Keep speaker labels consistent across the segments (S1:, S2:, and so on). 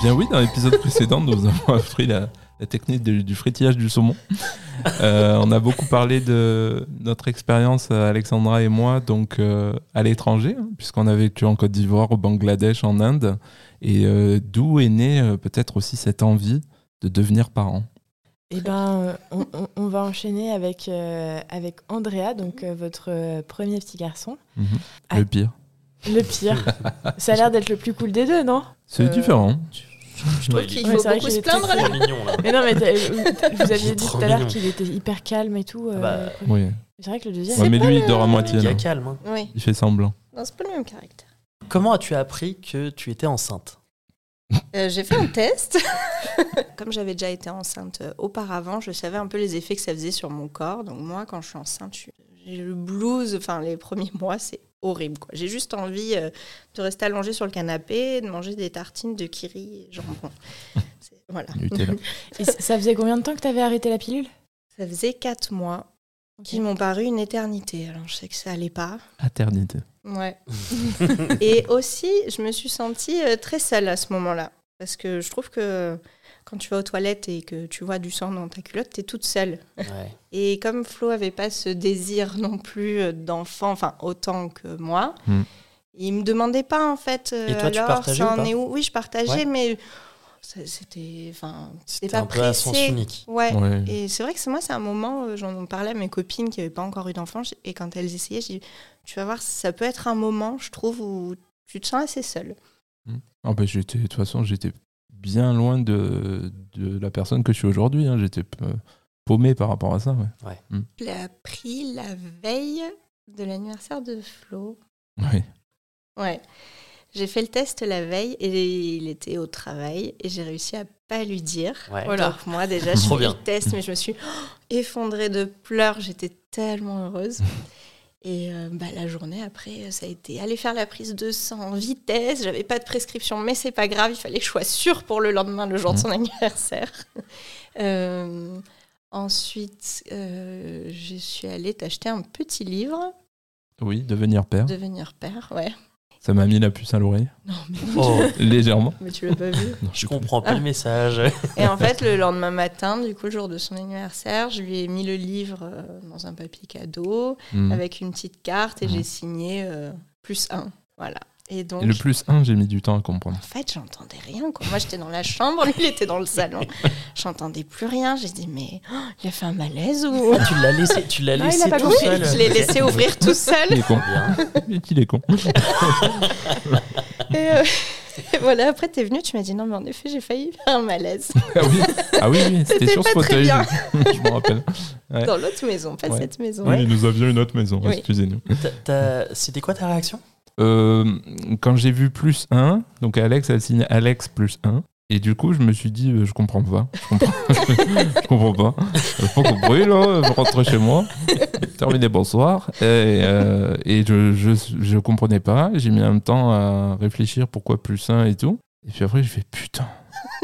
S1: bien oui, dans l'épisode précédent, nous avons appris la, la technique de- du fritillage du saumon. Euh, on a beaucoup parlé de notre expérience, euh, Alexandra et moi, donc euh, à l'étranger, hein, puisqu'on a vécu en Côte d'Ivoire, au Bangladesh, en Inde, et euh, d'où est née euh, peut-être aussi cette envie de devenir parent.
S2: Eh ben, euh, on, on- on va enchaîner avec, euh, avec Andrea, donc euh, votre euh, premier petit garçon. Ah.
S1: Le pire.
S2: Le pire. Ça a l'air d'être le plus cool des deux, non
S1: C'est
S2: Euh,
S1: différent.
S3: Je trouve
S2: est-
S3: qu'il
S4: Il
S2: Ouais,
S4: faut
S2: c'est vrai
S4: beaucoup
S2: que
S4: se
S2: j'ai
S4: plaindre
S2: été-
S4: là.
S3: est mignon là.
S2: Mais non, mais t'as- euh, vous vous
S3: Il est
S2: aviez dit
S3: trop
S2: tout à l'heure
S3: mignon.
S2: qu'il était hyper calme et tout. euh,
S3: Bah,
S2: le premier.
S1: Oui.
S2: C'est vrai que le
S1: Ouais,
S2: deuxième.
S1: mais
S4: pas
S1: lui, il
S4: le-
S1: dort à moitié.
S3: Il y a
S1: là.
S3: calme. hein.
S4: Oui,
S1: Il fait semblant.
S4: non, c'est pas le même caractère.
S3: Comment as-tu appris que tu étais enceinte
S4: Euh, j'ai fait un test. Comme j'avais déjà été enceinte euh, auparavant, je savais un peu les effets que ça faisait sur mon corps. Donc moi, quand je suis enceinte, je suis- j'ai le blues. Enfin, les premiers mois, c'est horrible. quoi. J'ai juste envie euh, de rester allongée sur le canapé, de manger des tartines de kiri et jambon. C'est- voilà.
S1: Nutella.
S2: Et c- ça faisait combien de temps que t'avais arrêté la pilule
S4: Ça faisait quatre mois qui m'ont paru une éternité. Alors je sais que ça allait pas.
S1: Aternité.
S4: Ouais. et aussi, je me suis sentie euh, très seule à ce moment-là. Parce que je trouve que quand tu vas aux toilettes et que tu vois du sang dans ta culotte, t'es toute seule.
S3: Ouais.
S4: Et comme Flo avait pas ce désir non plus euh, d'enfant, enfin autant que moi,
S1: Hmm.
S4: il me demandait pas en fait. euh,
S3: Et toi, tu
S4: alors,
S3: partageais
S4: ça
S3: ou
S4: en
S3: pas
S4: est où Oui, je partageais,
S3: Ouais.
S4: mais ça- c'était, enfin, c'était
S3: C'était
S4: pas
S3: un peu à sens
S4: pressé.
S3: unique.
S4: Ouais.
S1: Ouais.
S4: Et c'est vrai que c'est- moi, c'est un moment, euh, j'en parlais à mes copines qui n'avaient pas encore eu d'enfants, j'ai- et quand elles essayaient, j'ai dit, tu vas voir, ça peut être un moment, je trouve, où tu te sens assez seule.
S1: Ah bah, j'étais, de toute façon, j'étais bien loin de, de la personne que je suis aujourd'hui. hein. J'étais euh, paumé par rapport à ça. ouais.
S4: Je l'ai appris la veille de l'anniversaire de Flo.
S1: Ouais.
S4: Ouais. J'ai fait le test la veille, et il était au travail, et j'ai réussi à pas lui dire.
S3: Ouais.
S2: Voilà.
S4: Donc moi, déjà, je
S3: Trop
S4: suis
S3: bien.
S4: le test, mais je me suis effondrée de pleurs, j'étais tellement heureuse. Et euh, bah, la journée après, ça a été aller faire la prise de sang en vitesse. J'avais pas de prescription, mais c'est pas grave, il fallait que je sois sûre pour le lendemain, le jour de son
S3: Mmh.
S4: anniversaire. Euh, ensuite, euh, je suis allée t'acheter un petit livre,
S1: Oui, devenir père.
S4: Devenir père, ouais.
S1: Ça m'a mis la puce à l'oreille,
S4: Non, mais,
S3: Oh,
S1: légèrement.
S4: mais tu l'as pas vu.
S1: Non,
S3: je comprends pas le message.
S4: Et en fait, le lendemain matin, du coup, le jour de son anniversaire, je lui ai mis le livre euh, dans un papier cadeau
S1: Mm.
S4: avec une petite carte et
S1: Mhm.
S4: j'ai signé euh, plus un. Voilà. Et donc,
S1: Et le plus 1, j'ai mis du temps à comprendre.
S4: en fait, j'entendais rien. Quoi. Moi, j'étais dans la chambre, lui, il était dans le salon. J'entendais plus rien. J'ai dit, mais oh, il a fait un malaise ou.
S3: tu l'as laissé, tu l'as
S2: Non,
S3: laissé
S2: il a pas
S3: tout
S2: compris.
S3: seul.
S4: Je l'ai laissé ouvrir tout
S1: Il
S4: seul.
S1: est con.
S3: Bien.
S1: Mais qu'il est con.
S4: Et, euh, et voilà, après, t'es venu, tu m'as dit, non, mais en effet, j'ai failli faire un malaise
S1: Ah oui, ah oui, oui, c'était
S4: C'était
S1: sur ce
S4: pas très
S1: fauteuil.
S4: bien.
S1: je me rappelle. Ouais.
S4: dans l'autre maison, pas
S1: Ouais.
S4: cette maison.
S1: Oui, nous avions une autre maison,
S4: Oui.
S1: excusez-nous.
S3: T'as- t'as- C'était quoi ta réaction
S1: Euh, quand j'ai vu plus 1, donc Alex, elle signe Alex plus 1. Et du coup, je me suis dit, euh, je comprends pas. Je comprends, je comprends pas. Euh, Faut qu'on brûle, hein, je rentre chez moi. Terminé, bonsoir. Et, euh, et je, je, je comprenais pas. J'ai mis un temps à réfléchir pourquoi plus 1 et tout. Et puis après, je fais putain.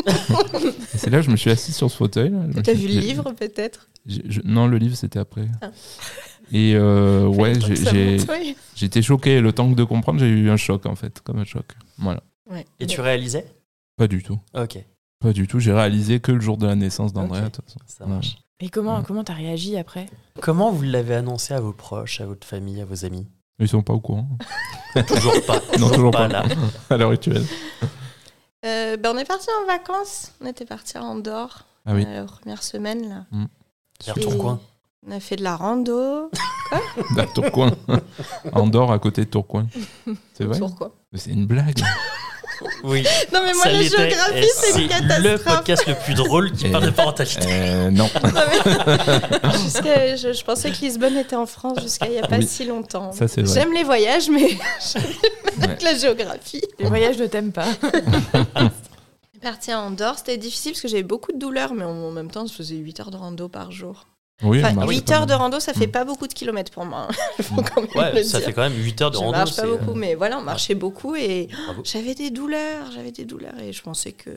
S1: Et c'est là que je me suis assis sur ce fauteuil. là. Je me
S4: T'as
S1: suis
S4: vu
S1: dit,
S4: le
S1: j'ai-
S4: livre, peut-être
S1: j'ai- je- Non, le livre, c'était après.
S4: Ah.
S1: Et euh, ouais,
S4: Attends que
S1: j'ai-
S4: ça
S1: j'ai.
S4: monte, oui.
S1: J'étais choqué. Le temps que de comprendre, j'ai eu un choc, en fait, comme un choc. Voilà.
S4: Ouais.
S3: Et tu réalisais
S1: Pas du tout.
S3: Ok,
S1: Pas du tout. J'ai réalisé que le jour de la naissance d'Andrea,
S3: Ok.
S1: de toute façon.
S3: ça marche.
S2: Et comment
S1: Ouais.
S2: comment t'as réagi après
S3: Comment vous l'avez annoncé à vos proches, à votre famille, à vos amis
S1: Ils sont pas au courant.
S3: Toujours pas.
S1: Non, toujours pas.
S3: là.
S1: à l'heure actuelle.
S4: Euh, ben, on est parti en vacances. On était parti en Andorre
S1: Ah oui. Mm.
S4: euh, la première semaine là.
S3: Vers
S4: Et
S3: ton coin.
S4: On a fait de la rando.
S1: À Tourcoing. Andorre, à côté de Tourcoing. C'est vrai
S4: Pourquoi
S1: Mais c'est une blague.
S3: Oui.
S4: Non mais moi
S3: ça
S4: la
S3: l'était. Et
S4: géographie c'est
S3: le
S4: une catastrophe.
S3: podcast le plus drôle qui
S1: Et-
S3: parle de parentalité.
S1: Euh, non.
S4: Jusqu'à- je, je pensais que Lisbonne était en France jusqu'à il y a pas
S1: Oui.
S4: si longtemps.
S1: Ça, c'est vrai.
S4: J'aime les voyages mais avec la géographie.
S2: Les voyages ne t'aiment pas.
S4: Partir en Andorre, c'était difficile parce que j'avais beaucoup de douleurs, mais en, en même temps, je faisais 8 heures de rando par jour.
S1: Oui, Mm.
S4: Enfin,
S1: on marche
S4: 8
S1: pas
S4: heures de
S1: mal.
S4: rando, ça fait
S1: Mm.
S4: pas beaucoup de kilomètres pour moi. hein. Faut quand
S1: eh,
S3: Ouais,
S4: même le
S3: ça
S4: dire.
S3: fait quand même 8 heures de
S4: Je
S3: rando.
S4: marche
S3: c'est,
S4: pas
S3: euh,
S4: beaucoup, mais voilà, on marchait beaucoup et
S3: bravo.
S4: j'avais des douleurs, j'avais des douleurs et je pensais que.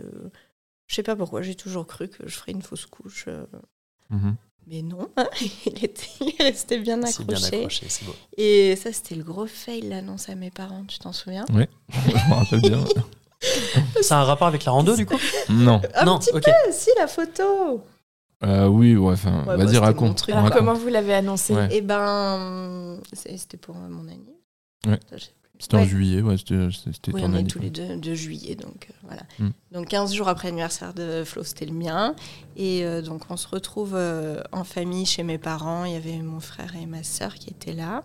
S4: Je sais pas pourquoi, j'ai toujours cru que je ferais une fausse couche. euh,
S1: Mhm.
S4: Mais non, hein, il, était, il restait bien
S3: C'est bien
S4: accroché.
S3: accroché, c'est beau.
S4: Et ça, c'était le gros fail, l'annonce à mes parents, tu t'en souviens
S1: Je me rappelle bien.
S3: C'est un rapport avec la rando du coup
S1: Non.
S4: Un
S3: Non,
S4: petit
S3: ok.
S4: peu, Ah si, la photo
S1: Euh, oui, ouais, enfin,
S4: Ouais, bah,
S1: vas-y,
S4: c'était mon
S1: raconte.
S4: truc.
S2: Alors,
S1: raconte.
S2: comment vous l'avez annoncé
S1: Ouais.
S4: Eh ben, c'est- c'était pour euh, mon ami.
S1: Ouais. C'était en
S4: Ouais.
S1: juillet, ouais, c'était c'était
S4: Oui,
S1: ton
S4: on est
S1: année,
S4: tous
S1: quoi.
S4: les deux de juillet, donc euh, voilà.
S1: Mm.
S4: Donc 15 jours après l'anniversaire de Flo, c'était le mien. Et euh, donc on se retrouve euh, en famille chez mes parents. Il y avait mon frère et ma sœur qui étaient là.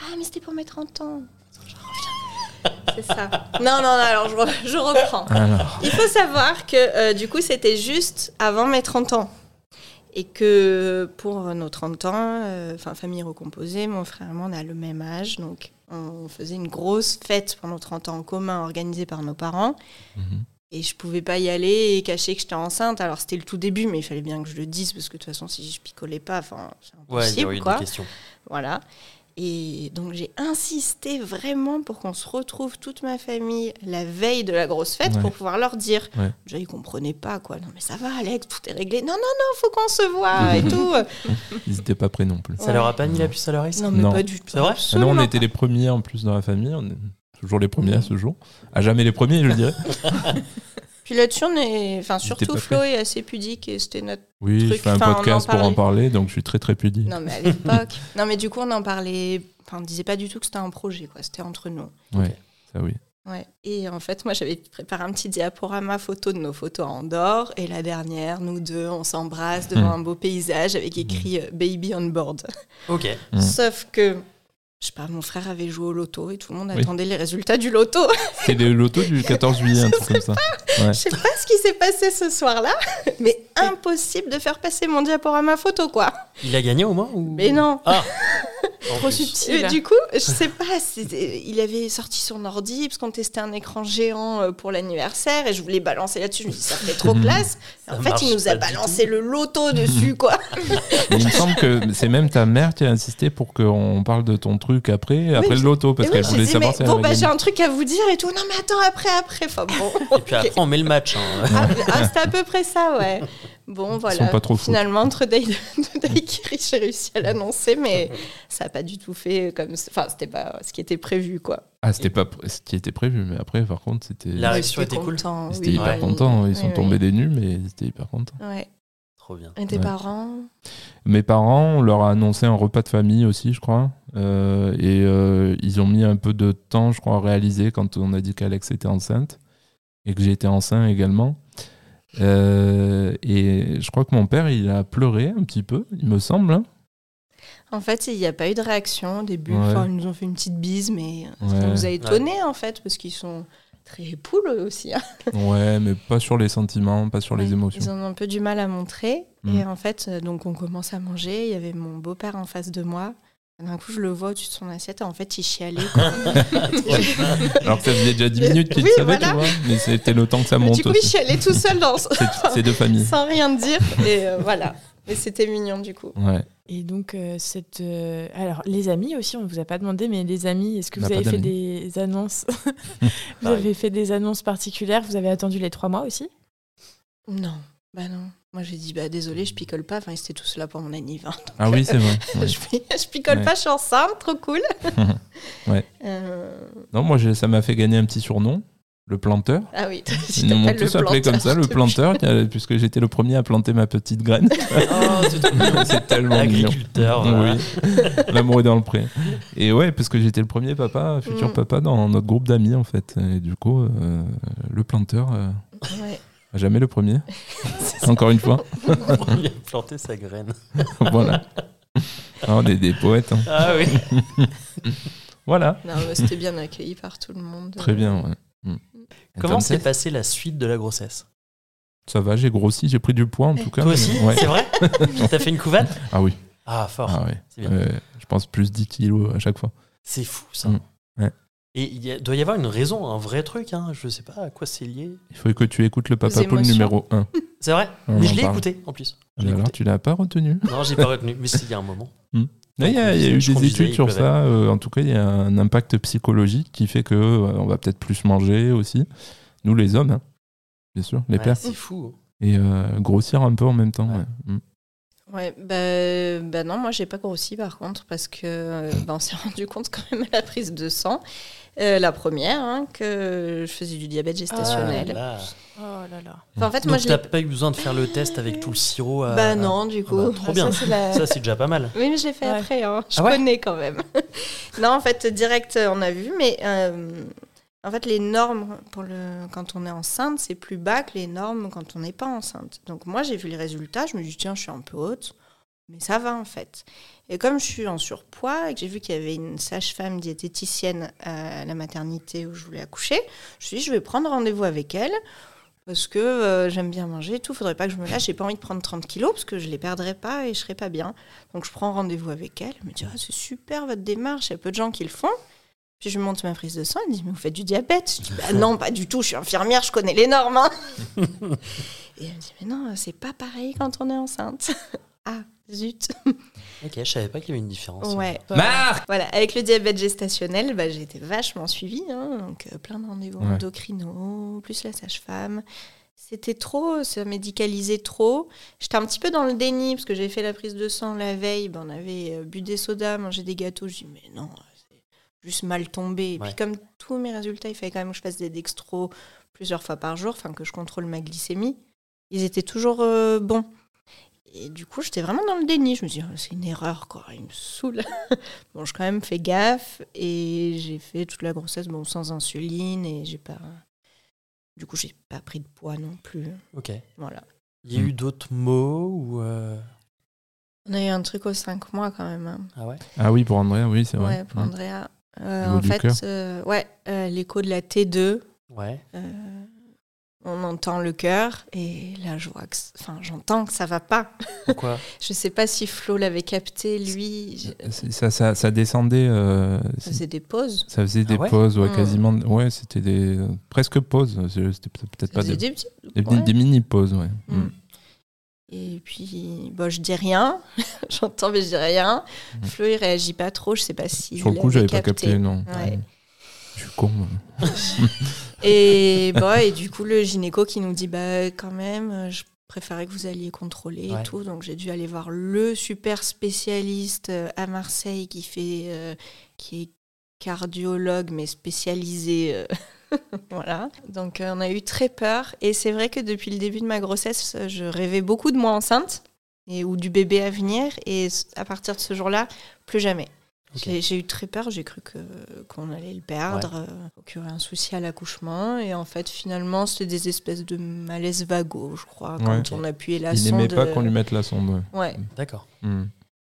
S4: Ah, mais c'était pour mes 30 ans. Je reviens. C'est ça. Non, non, non, alors je, re- je reprends.
S1: Alors,
S4: Il faut savoir que euh, du coup, c'était juste avant mes 30 ans. Et que pour nos 30 ans, euh, enfin famille recomposée, mon frère et moi, on a le même âge. Donc on faisait une grosse fête pour nos 30 ans en commun organisée par nos parents.
S1: Mhm.
S4: Et je pouvais pas y aller et cacher que j'étais enceinte. Alors c'était le tout début, mais il fallait bien que je le dise parce que de toute façon, si je picolais pas, enfin, c'est
S3: Ouais, il y
S4: impossible.
S3: aurait eu des
S4: quoi.
S3: questions.
S4: Voilà. Et donc j'ai insisté vraiment pour qu'on se retrouve toute ma famille la veille de la grosse fête
S1: Ouais.
S4: pour pouvoir leur dire.
S1: Ouais.
S4: Déjà ils comprenaient pas quoi. Non mais ça va Alex, tout est réglé. Non non non, faut qu'on se voit et tout.
S1: ils n'étaient pas prêts non plus.
S3: Ça leur a pas mis la puce à l'oreille ça
S4: Non mais
S1: Non.
S4: pas du tout.
S3: C'est vrai
S1: Ah non, on
S4: absolument
S1: était les premiers en plus dans la famille. On est toujours les premiers à ce jour. À jamais les premiers, je dirais.
S4: Puis là-dessus on est, enfin
S1: Ils étaient
S4: surtout
S1: pas
S4: Flo est assez pudique et c'était notre.
S1: Oui,
S4: Truc,
S1: je fais un
S4: enfin, on en
S1: podcast pour en parler, donc je suis très très pudique.
S4: Non mais à l'époque. non mais du coup on en parlait. Enfin on disait pas du tout que c'était un projet quoi. C'était entre nous.
S1: Ouais, ça oui.
S4: Ouais. Et en fait, moi, j'avais préparé un petit diaporama photo de nos photos à Andorre. Et la dernière, nous deux, on s'embrasse devant
S1: Mm.
S4: un beau paysage avec écrit euh, Baby on board.
S3: Ok.
S1: Mm.
S4: Sauf que, je sais pas, mon frère avait joué au loto et tout le monde
S1: Oui.
S4: attendait les résultats du loto.
S1: C'est le loto du 14 juillet, un truc comme ça.
S4: je sais pas ce qui s'est passé ce soir-là, mais impossible de faire passer mon diaporama photo, quoi.
S3: Il a gagné au moins ou...
S4: Mais non.
S3: Ah En
S2: Trop
S3: plus.
S4: Et
S2: subtil.
S4: du coup, je sais pas, c'était- il avait sorti son ordi parce qu'on testait un écran géant euh, pour l'anniversaire et je voulais balancer là-dessus. Je me dis, ça fait trop
S1: Mhm.
S4: classe.
S3: Ça
S4: En fait,
S3: marche
S4: il nous a
S3: pas du
S4: balancé le loto dessus, quoi.
S1: Mais il me semble que c'est même ta mère qui a insisté pour qu'on parle de ton truc après, après le loto, parce
S4: Et
S1: qu'elle
S4: oui,
S1: voulait
S4: j'ai dit,
S1: savoir
S4: mais
S1: si elle
S4: bon,
S1: avait
S4: bah, j'ai
S1: gagné.
S4: un truc à vous dire et tout. Non, mais attends, après, après. Enfin, bon.
S3: Et puis après, on met le match. hein.
S4: Ah, ah, c'était à peu près ça, ouais. Bon, voilà.
S1: sont pas trop fous.
S4: Finalement, entre Day de Daiquiri, j'ai réussi à l'annoncer, mais ça n'a pas du tout fait comme. Enfin, c'était pas ce qui était prévu, quoi.
S1: Ah, c'était pas pr- ce qui était prévu, mais après, par contre, c'était.
S3: La
S4: Ouais,
S3: réaction
S4: j'étais
S3: était cool.
S4: content,
S1: Ils
S4: oui.
S1: étaient hyper
S3: Ouais.
S1: contents, ils sont
S4: Oui, oui.
S1: tombés des nus, mais ils étaient hyper contents.
S4: Ouais.
S3: Trop bien.
S4: Et tes
S1: Ouais.
S4: parents
S1: Mes parents, on leur a annoncé un repas de famille aussi, je crois. Euh, et euh, ils ont mis un peu de temps, je crois, à réaliser quand on a dit qu'Alex était enceinte et que j'étais enceinte également. Euh, et je crois que mon père, il a pleuré un petit peu, il me semble. hein.
S4: En fait, il n'y a pas eu de réaction au début.
S1: Ouais.
S4: Enfin, ils nous ont fait une petite bise, mais
S1: Ouais.
S4: ça nous a étonnés, en fait, parce qu'ils sont très poules eux aussi. hein.
S1: Ouais, mais pas sur les sentiments, pas sur les
S4: Ouais.
S1: émotions.
S4: Ils en ont un peu du mal à montrer.
S1: Mm.
S4: Et en fait, euh, donc on commence à manger. Il y avait mon beau-père en face de moi. D'un coup, je le vois au-dessus de son assiette. Et en fait, il chialait. quoi.
S3: Oh,
S1: Alors que ça faisait déjà 10
S4: Mais-
S1: minutes qu'ils
S4: oui,
S1: le savaient,
S4: voilà.
S1: tu vois. Mais c'était le temps que ça monte
S4: du coup, il
S1: aussi.
S4: chialait tout seul dans son-
S1: C'est- C'est de famille.
S4: sans rien dire. Et euh, voilà. Mais c'était mignon, du coup.
S1: Ouais.
S2: Et donc, euh, cette. euh, Alors, les amis aussi, on ne vous a pas demandé, mais les amis, est-ce que
S1: On
S2: vous
S1: n'a
S2: avez
S1: pas
S2: fait
S1: d'amis.
S2: des annonces Vous
S3: Pareil.
S2: avez fait des annonces particulières Vous avez attendu les trois mois aussi
S4: Non, bah non. Moi, j'ai dit, bah désolé, je picole pas. Enfin, ils étaient tous là pour mon anniversaire.
S1: Ah oui, c'est vrai. ouais.
S4: je, je picole
S1: Ouais.
S4: pas, je suis enceinte. Trop cool.
S1: Ouais.
S4: Euh,
S1: Non, moi, j'ai- ça m'a fait gagner un petit surnom, le planteur.
S4: Ah oui, tu
S1: Ils nous m'ont
S4: t'appelles le
S1: tous appelé
S4: planteur,
S1: comme ça,
S4: je
S1: le
S4: te
S1: planteur, qui a- puisque j'étais le premier à planter ma petite graine.
S3: Oh, c'est trop mignon.
S1: C'est tellement mignon.
S3: Agriculteur. voilà.
S1: Oui, l'amour est dans le pré. Et ouais, parce que j'étais le premier papa, futur
S4: Mm.
S1: papa, dans notre groupe d'amis, en fait. Et du coup, euh, le planteur, euh,
S4: jure. Ouais.
S1: à jamais le premier. Encore une fois.
S3: Il a planté sa graine.
S1: voilà. Ah, on est des poètes. hein.
S3: Ah oui.
S1: Voilà.
S4: Non, mais c'était bien accueilli par tout le monde.
S1: Très bien. ouais. Mm.
S3: Comment
S1: Tom,
S3: s'est passée la suite de la grossesse
S1: Ça va, j'ai grossi, j'ai pris du poids en tout
S3: Eh,
S1: cas.
S3: Toi
S1: mais-
S3: aussi
S1: ouais.
S3: C'est vrai T'as fait une couvade
S1: Ah oui.
S3: Ah, fort.
S1: Ah ouais.
S3: C'est bien.
S1: Euh, je pense plus 10 kilos à chaque fois.
S3: C'est fou ça.
S1: Mm. Ouais.
S3: Et il y a- doit y avoir une raison, un vrai truc, hein. je sais pas à quoi c'est lié.
S1: Il faut que tu écoutes le Papa
S4: Les
S1: Paul
S4: émotions.
S1: numéro 1.
S3: C'est vrai,
S1: On
S3: mais
S1: en
S3: je l'ai
S1: parle.
S3: écouté en plus. Je l'ai
S1: Alors,
S3: écouté.
S1: tu l'as pas retenu
S3: Non, j'ai pas retenu, mais c'est il y a un moment.
S1: Là, Il y a, il y a eu
S3: Je crois qu'on
S1: des
S3: disait,
S1: études
S3: il
S1: sur
S3: pleuvait.
S1: ça. euh, en tout cas, il y a un impact psychologique qui fait que euh, on va peut-être plus manger aussi. Nous, les hommes, hein. bien sûr, les
S3: Ouais,
S1: pères.
S3: C'est fou. hein.
S1: Et euh, grossir un peu en même temps.
S3: Ouais.
S1: ouais. Mm.
S4: Ouais, bah, bah non, moi j'ai pas grossi par contre parce que euh, bah, on s'est rendu compte quand même à la prise de sang, euh, la première, hein, que je faisais du diabète gestationnel.
S3: Ah là.
S2: Oh là là.
S4: Enfin, en fait, moi
S3: Donc
S4: je
S3: t'as
S4: l'ai.
S3: pas eu besoin de faire le test avec tout le sirop. à-
S4: Bah non,
S3: Ah
S4: du
S3: bah,
S4: coup.
S3: trop
S2: Ah,
S3: bien.
S2: Ça, c'est la-
S3: Ça c'est déjà pas mal.
S4: Oui, mais je l'ai fait
S2: Ouais.
S4: après, hein. je
S3: Ah ouais
S4: connais quand même. non, en fait, direct, euh, on a vu, mais euh, en fait, les normes pour le... quand on est enceinte, c'est plus bas que les normes quand on n'est pas enceinte. Donc moi, j'ai vu les résultats, je me dis, tiens, je suis un peu haute, mais ça va en fait. Et comme je suis en surpoids et que j'ai vu qu'il y avait une sage-femme diététicienne à la maternité où je voulais accoucher, je me suis dit, je vais prendre rendez-vous avec elle. Parce que euh, j'aime bien manger et tout, faudrait pas que je me lâche, j'ai pas envie de prendre 30 kilos parce que je les perdrai pas et je serai pas bien. Donc je prends rendez-vous avec elle, elle me dit Ah, c'est super votre démarche, il y a peu de gens qui le font. Puis je lui montre ma prise de sang, elle me dit mais vous faites du diabète Je dis bah non pas du tout, je suis infirmière, je connais les normes. hein. et elle me dit mais non, c'est pas pareil quand on est enceinte. ah zut.
S3: Ok, je savais pas qu'il y avait une différence.
S4: Ouais.
S2: Bah.
S1: Marc
S4: Voilà, avec le diabète gestationnel, bah, j'ai été vachement suivie, hein, donc euh, plein de rendez-vous
S1: Ouais.
S4: endocrino, plus la sage-femme. C'était trop, ça médicalisait trop. J'étais un petit peu dans le déni parce que j'ai fait la prise de sang la veille, ben, on avait euh, bu des sodas, mangé des gâteaux. Je dis mais non, c'est juste mal tombé. Et
S3: Ouais.
S4: puis comme tous mes résultats, il fallait quand même que je fasse des dextros plusieurs fois par jour, enfin que je contrôle ma glycémie. Ils étaient toujours euh, bons. Et du coup, j'étais vraiment dans le déni. Je me suis dit, Ah, c'est une erreur, quoi. Il me saoule. Bon, j'ai quand même fait gaffe et j'ai fait toute la grossesse bon, sans insuline et j'ai pas. Du coup, j'ai pas pris de poids non plus.
S3: Ok.
S4: Voilà.
S3: Il y a
S1: Mm.
S3: eu d'autres mots ou euh,
S4: On a eu un truc aux 5 mois quand même. hein.
S3: ah ouais.
S1: Ah oui, pour Andrea, oui, c'est vrai.
S4: Ouais, pour
S1: Mm.
S4: Andrea. Euh,
S1: L'écho
S4: en
S1: du cœur.
S4: fait, euh, ouais, euh, l'écho de la T2.
S3: Ouais.
S4: euh, on entend le cœur et là, je vois que. c- Enfin, j'entends que ça va pas.
S3: Pourquoi
S4: Je sais pas si Flo l'avait capté, lui. je-
S1: Euh, C'est- Ça, ça, ça descendait. euh,
S4: Ça
S1: c'est-
S4: faisait des pauses.
S1: ça faisait des
S3: Ah ouais
S1: pauses, ouais,
S4: Mm.
S1: quasiment. Ouais, c'était des euh, presque pauses. c'est- C'était peut-être
S4: Ça
S1: pas des,
S4: faisait des petits-
S1: des,
S4: ouais.
S1: des mini pauses, ouais.
S4: Mm.
S1: Mm.
S4: Et puis, bon, je dis rien. J'entends, mais je dis rien.
S1: Mhm.
S4: Flo, il réagit pas trop. Je sais pas si.
S1: Sur le coup, j'avais pas capté, non.
S4: Ouais.
S1: Je suis con. moi.
S4: Et, bon, et du coup, le gynéco qui nous dit bah, quand même, euh, je préférais que vous alliez contrôler
S3: Ouais.
S4: et tout. Donc, j'ai dû aller voir le super spécialiste euh, à Marseille qui fait. euh, qui est cardiologue, mais spécialisé. euh, voilà. Donc, euh, on a eu très peur. Et c'est vrai que depuis le début de ma grossesse, euh, je rêvais beaucoup de moi enceinte et, ou du bébé à venir. Et s- à partir de ce jour-là, plus jamais.
S3: Ok.
S4: J'ai- J'ai eu très peur, j'ai cru que- qu'on allait le perdre, euh, qu'il y aurait un souci à l'accouchement. Et en fait, finalement, c'était des espèces de malaise vagos, je crois, quand
S1: Ouais.
S4: on appuyait la
S1: Il
S4: sonde.
S1: n'aimait pas qu'on lui
S4: euh,
S1: mette la sonde. ouais.
S4: Ouais,
S3: D'accord.
S1: Mm.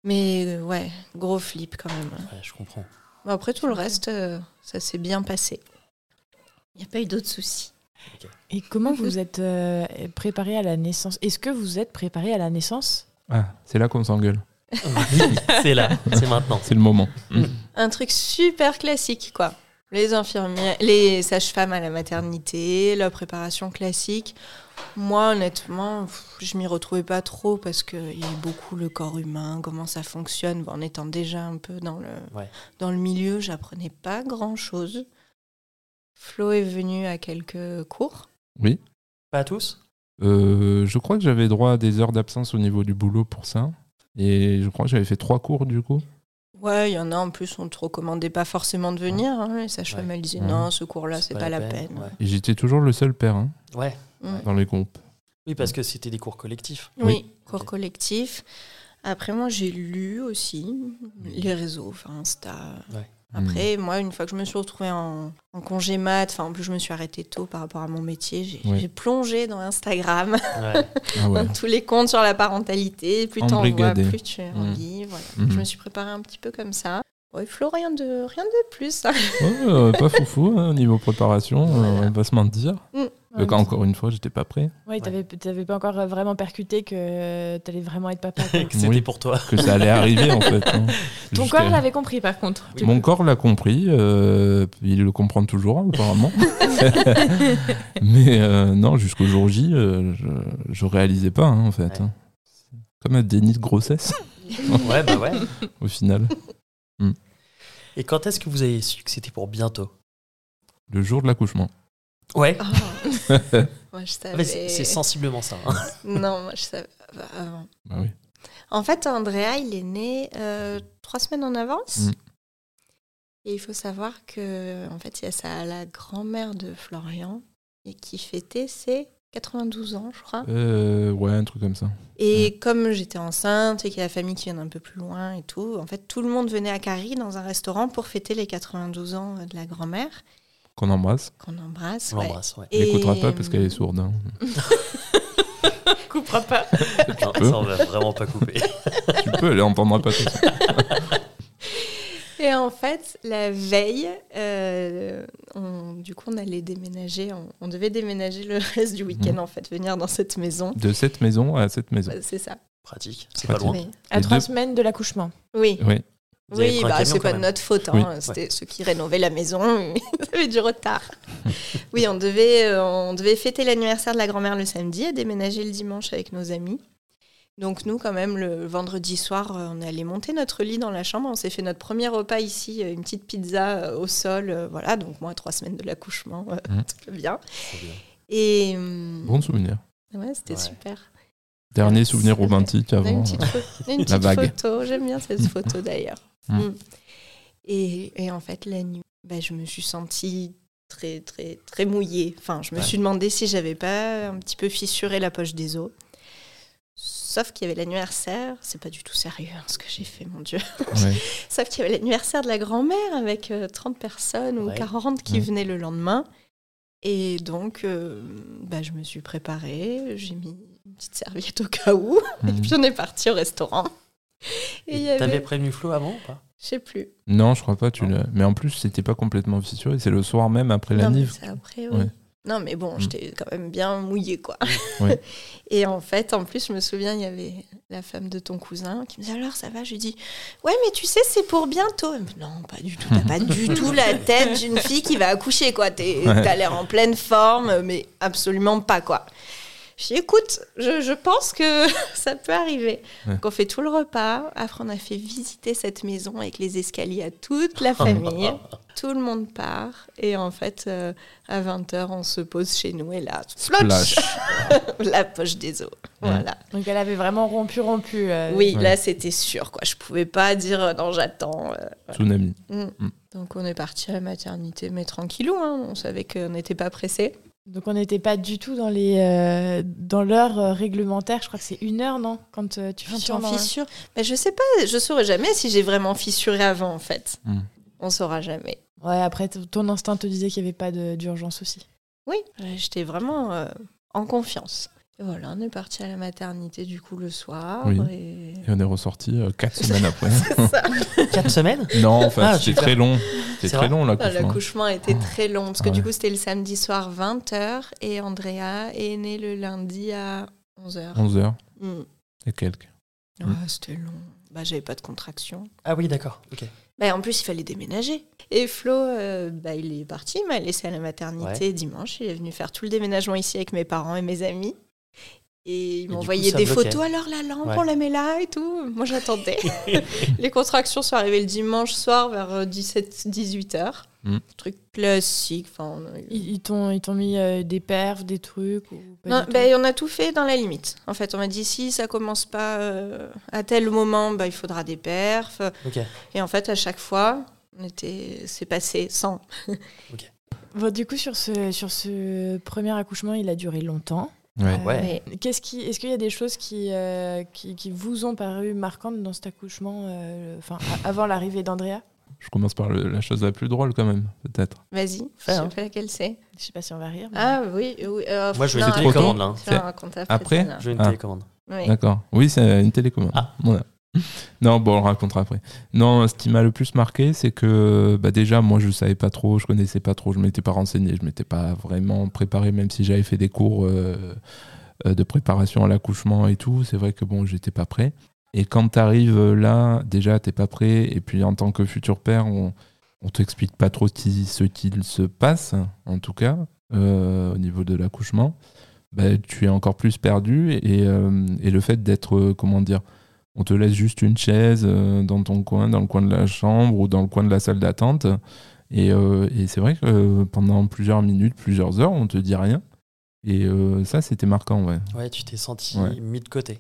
S4: mais euh, ouais, gros flip quand même.
S3: Ouais, je comprends.
S4: Bon, après tout le reste, euh, ça s'est bien passé. Il n'y a pas eu d'autres soucis.
S2: Et comment vous êtes euh, préparé à la naissance Est-ce que vous êtes préparé à la naissance
S1: Ah, c'est là qu'on s'engueule.
S3: Oui, c'est là, c'est maintenant.
S1: C'est le moment. Hmm.
S4: Un truc super classique, quoi. Les infirmières, les sages-femmes à la maternité, la préparation classique. Moi, honnêtement, pff, je m'y retrouvais pas trop parce qu'il y avait beaucoup le corps humain, comment ça fonctionne. Bon, en étant déjà un peu dans le,
S3: Ouais.
S4: dans le milieu, j'apprenais pas grand-chose. Flo est venu à quelques cours.
S3: Pas à tous
S1: Euh, je crois que j'avais droit à des heures d'absence au niveau du boulot pour ça. Et je crois que j'avais fait trois cours du coup.
S4: Ouais, il y en a en plus, on ne te recommandait pas forcément de venir. Hein, les sages-femmes,
S3: Ouais.
S4: elles disaient
S1: Ouais.
S4: non, ce cours-là, c'est pas, la peine.
S1: Et j'étais toujours le seul père hein,
S3: Ouais. Ouais.
S4: Mm.
S1: dans les groupes.
S3: Oui, parce que c'était des cours collectifs.
S4: Oui, cours
S3: Ok.
S4: collectif. Après, moi, j'ai lu aussi les réseaux, enfin Insta.
S3: Ouais. Hmm.
S4: Après, moi, une fois que je me suis retrouvée en, en congé mat, enfin, en plus, je me suis arrêtée tôt par rapport à mon métier, j'ai
S1: Ouais.
S4: j'ai plongé dans Instagram,
S3: Ouais.
S1: Ah ouais.
S4: dans tous les comptes sur la parentalité. Plus t'en vois,
S1: Embrigadé.
S4: plus tu en
S3: Hmm.
S1: Mm.
S4: lis. Voilà.
S1: Mm.
S4: Je me suis préparée un petit peu comme ça. Ouais, Flo, rien de, rien de plus. hein.
S1: Ouais, euh, pas foufou hein, niveau préparation, euh, on va pas se mentir.
S4: Mm.
S1: Donc,
S2: Ouais,
S1: encore une fois, j'étais pas prêt.
S2: Ouais, t'avais t'avais pas encore vraiment percuté que t'allais vraiment être papa. quoi.
S3: que c'était
S1: Oui.
S3: pour toi.
S1: Que ça allait arriver, en fait. hein.
S2: Ton
S1: Jusqu'à-
S2: corps l'avait compris par contre. Tu-
S1: Mon corps l'a compris, euh, il le comprend toujours apparemment. Mais euh, non, jusqu'au jour J, euh, je, je réalisais pas hein, en fait.
S3: Ouais.
S1: Comme un déni de grossesse
S3: ouais, bah ouais.
S1: au final.
S3: Et quand est-ce que vous avez su que c'était pour bientôt
S1: Le jour de l'accouchement.
S3: Ouais.
S4: Oh. moi, je
S3: Ah, mais
S4: savais.
S3: c'est c'est sensiblement ça. hein.
S4: Non, moi, je savais. bah, avant.
S1: Bah oui.
S4: En fait, Andrea, il est né euh, trois semaines en avance.
S1: Mm.
S4: Et il faut savoir que, en fait, il y a sa, la grand-mère de Florian et qui fêtait ses 92 ans, je crois.
S1: Euh, ouais, un truc comme ça.
S4: Et
S1: Mm.
S4: comme j'étais enceinte et qu'il y a la famille qui vient d'un peu plus loin et tout, en fait, tout le monde venait à Carrie dans un restaurant pour fêter les 92 ans euh, de la grand-mère,
S1: Qu'on embrasse.
S4: qu'on embrasse.
S3: On
S4: ouais.
S3: l'embrasse, ouais.
S1: Elle
S4: Et- euh,
S1: n'écoutera pas parce qu'elle est sourde. hein.
S2: coupera pas.
S3: Non,
S1: peux.
S3: ça, on va vraiment pas couper.
S1: tu peux, elle n'entendra pas. de toute façon.
S4: Et en fait, la veille, euh, on- du coup, on allait déménager. On, on devait déménager le reste du week-end, en fait, venir dans cette maison.
S1: De cette maison à cette maison.
S4: Ouais, C'est ça.
S3: Pratique, c'est pas loin.
S4: Mais-
S2: À
S1: Les
S2: trois
S1: deux-
S2: semaines de l'accouchement.
S4: oui.
S1: Oui.
S3: Vous avez
S4: Oui,
S3: pris un
S4: bah,
S3: camion
S4: c'est
S3: quand
S4: pas de
S3: même.
S4: notre faute. hein.
S1: Oui.
S4: C'était ceux qui rénovaient la maison. Ils avaient du retard. oui, on devait, euh, on devait fêter l'anniversaire de la grand-mère le samedi et déménager le dimanche avec nos amis. Donc nous, quand même, le vendredi soir, euh, on est allé monter notre lit dans la chambre. On s'est fait notre premier repas ici, euh, une petite pizza euh, au sol. euh, voilà, donc moi, trois semaines de l'accouchement, euh,
S3: Mmh.
S1: Mhm.
S4: tout va bien.
S3: Trop bien.
S4: Et hum,
S1: Bon souvenir.
S4: ouais, c'était
S3: Ouais.
S4: super.
S1: Dernier souvenir
S4: C'est-
S1: romantique
S4: On a une
S1: avant. euh,
S4: petite, pho- on a une
S1: La
S4: petite
S1: vague.
S4: photo. J'aime bien cette photo d'ailleurs.
S1: Mm.
S4: Mm. Et, et en fait, la nuit, bah, je me suis sentie très, très, très mouillée. Enfin, je me
S3: Ouais.
S4: suis demandé si j'avais pas un petit peu fissuré la poche des os. Sauf qu'il y avait l'anniversaire, c'est pas du tout sérieux hein, ce que j'ai fait, mon Dieu.
S1: Ouais.
S4: Sauf qu'il y avait l'anniversaire de la grand-mère avec euh, 30 personnes ou
S3: Ouais.
S4: 40 qui
S1: Mm.
S4: venaient le lendemain. Et donc, euh, bah, je me suis préparée, j'ai mis une petite serviette au cas où. Et
S1: Mm.
S4: puis on est parti au restaurant. Et il y
S3: Et T'avais
S4: avait.
S3: prévenu Flo avant ou pas
S4: Je sais plus.
S1: Non, je crois pas. Tu
S3: Non.
S1: l'as- Mais en plus, c'était pas complètement fissuré. C'est le soir même après la
S4: non, mais
S1: nive.
S4: c'est après, oui.
S1: Ouais.
S4: Non, mais bon,
S1: Mm.
S4: j'étais quand même bien mouillée, quoi.
S1: Ouais.
S4: Et en fait, en plus, je me souviens, il y avait la femme de ton cousin qui me disait Alors, ça va Je lui dis Ouais, mais tu sais, c'est pour bientôt. Elle me dit, non, pas du tout. T'as pas du tout la tête d'une fille qui va accoucher, quoi. T'es-
S1: Ouais.
S4: T'as l'air en pleine forme, mais absolument pas, quoi. Je dis Écoute, je, je pense que ça peut arriver.
S1: Ouais.
S4: Donc, on fait tout le repas. Après, on a fait visiter cette maison avec les escaliers à toute la
S1: Oh,
S4: famille. Tout le monde part. Et en fait, euh, à 20h, on se pose chez nous. Et là, splotch,
S1: Splash.
S4: la poche des os. Voilà.
S2: Donc elle avait vraiment rompu, rompu. euh,
S4: Oui,
S1: Ouais.
S4: là, c'était sûr, quoi. Je pouvais pas dire euh, non, j'attends. euh.
S1: Tsunami.
S4: Mm.
S1: Mm.
S4: Donc, on est parti à la maternité, mais tranquillou. hein. On savait qu'on n'était pas pressé.
S2: Donc on n'était pas du tout dans les euh, dans l'heure euh, réglementaire. Je crois que c'est une heure, non Quand euh, tu fissures.
S4: Sur
S2: dans-
S4: fissure. Mais je sais pas, je saurais jamais si j'ai vraiment fissuré avant, en fait.
S1: Mm.
S4: On saura jamais.
S2: Ouais, après t- ton instinct te disait qu'il n'y avait pas de- d'urgence aussi.
S4: Oui, euh, j'étais vraiment euh, en confiance. Et voilà, on est parti à la maternité, du coup, le soir.
S1: Oui.
S4: Et...
S1: Et on est ressorti euh, quatre semaines après.
S4: C'est ça.
S3: 4 semaines
S1: non, enfin,
S3: Ah,
S1: c'était
S3: super.
S1: très long.
S3: C'est
S1: C'était
S3: vrai.
S1: très
S3: Ah,
S1: long
S4: Non,
S1: l'accouchement.
S4: L'accouchement était très long parce que
S1: Ouais.
S4: du coup c'était le samedi soir 20h et Andrea est née le lundi à 11h.
S1: 11 heures et quelques. Mm.
S4: Ah, c'était long. Bah, J'avais pas de contraction.
S3: Ah oui, d'accord. Ok.
S4: Bah, en plus il fallait déménager. Et Flo, euh, bah, il est parti, il m'a laissé à la maternité dimanche. Il est venu faire tout le déménagement ici avec mes parents et mes amis. Et il
S3: du
S4: m'envoyait
S3: coup, ça
S4: des
S3: bloquait.
S4: photos, alors la lampe,
S3: Ouais.
S4: on la met là et tout. Moi j'attendais. Les contractions sont arrivées le dimanche soir vers euh, 17-18h.
S1: Mm.
S4: Truc classique. Enfin, euh, on a eu-
S2: Ils, ils t'ont ils t'ont mis euh, des perfs, des trucs ou pas
S4: Non,
S2: du tout
S4: ben, on a tout fait dans la limite. En fait, on m'a dit si ça commence pas euh, à tel moment, ben, il faudra des perfs.
S3: Ok.
S4: Et en fait, à chaque fois, on était, c'est passé sans.
S2: Bon, du coup sur ce sur ce premier accouchement, il a duré longtemps.
S1: Ouais.
S2: Euh,
S3: Ouais.
S4: Mais
S2: Qu'est-ce qui, est-ce qu'il y a des choses qui, euh, qui, qui vous ont paru marquantes dans cet accouchement, euh, enfin a- avant l'arrivée d'Andrea
S1: Je commence par le- la chose la plus drôle quand même, peut-être.
S4: vas-y, je
S3: Faire, hein.
S4: sais pas laquelle c'est.
S2: Je sais pas si on va rire. mais-
S4: Ah oui, oui. euh,
S3: Moi, je vais
S4: non,
S3: une
S4: après,
S1: trop tôt.
S3: télécommande là. hein.
S4: tu la racontes
S1: Après
S4: celle-là.
S3: Je vais une
S1: Ah.
S3: télécommande.
S4: Oui.
S1: D'accord. Oui, c'est une télécommande.
S3: Ah.
S1: Voilà. Non, bon, on le racontera après. Non, ce qui m'a le plus marqué, c'est que bah déjà, moi, je savais pas trop, je connaissais pas trop, je m'étais pas renseigné, je m'étais pas vraiment préparé, même si j'avais fait des cours euh, de préparation à l'accouchement et tout. C'est vrai que bon, j'étais pas prêt. Et quand tu arrives là, déjà, t'es pas prêt. Et puis, en tant que futur père, on, on t'explique pas trop ce qu'il se passe, en tout cas, euh, au niveau de l'accouchement. Bah, tu es encore plus perdu. Et, euh, et le fait d'être, euh, comment dire, on te laisse juste une chaise euh, dans ton coin, dans le coin de la chambre ou dans le coin de la salle d'attente. Et, euh, et c'est vrai que pendant plusieurs minutes, plusieurs heures, on te dit rien. Et euh, ça, c'était marquant, ouais.
S3: Ouais, tu t'es senti
S1: Ouais.
S3: mis de côté.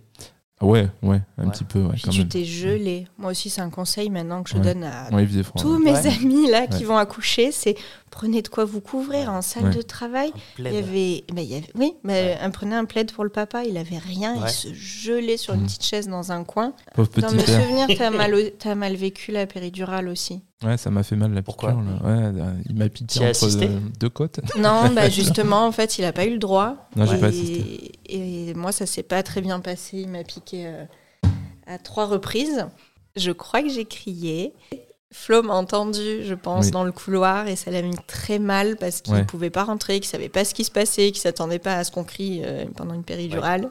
S1: Ouais, ouais, un
S3: Ouais.
S1: petit peu, ouais,
S4: Puis
S1: quand
S4: tu
S1: même.
S4: t'es gelé. Moi aussi, c'est un conseil maintenant que je
S1: Ouais.
S4: donne à
S1: Ouais, il faisait froid.
S4: tous
S1: ouais.
S4: mes
S3: Ouais.
S4: amis là qui
S1: Ouais.
S4: vont accoucher. C'est prenez de quoi vous couvrir en salle
S1: Ouais.
S4: de travail.
S3: Un
S4: Il
S3: plaid.
S4: y avait, mais il y avait- oui, mais
S3: Ouais.
S4: on prenait un plaid pour le papa. Il avait rien.
S3: Ouais.
S4: Il se gelait sur une
S1: Mhm.
S4: petite chaise dans un coin.
S1: Pauvre
S4: Dans mes
S1: petit père.
S4: souvenirs, t'as mal, au- t'as mal vécu la péridurale aussi.
S1: Ouais, ça m'a fait mal la
S3: Pourquoi
S1: piqûre. là. Ouais, là, il m'a piqué
S3: T'y as
S1: entre
S3: assisté
S1: euh, deux côtes.
S4: Non, bah justement, en fait, il a pas eu le droit.
S1: Non, j'ai
S4: et,
S1: pas assisté.
S4: et moi, ça s'est pas très bien passé. Il m'a piqué euh, à trois reprises. Je crois que j'ai crié. Flo m'a entendu, je pense,
S1: Oui.
S4: dans le couloir et ça l'a mis très mal parce qu'il
S1: Ouais.
S4: pouvait pas rentrer, qu'il savait pas ce qui se passait, qu'il s'attendait pas à ce qu'on crie euh, pendant une péridurale.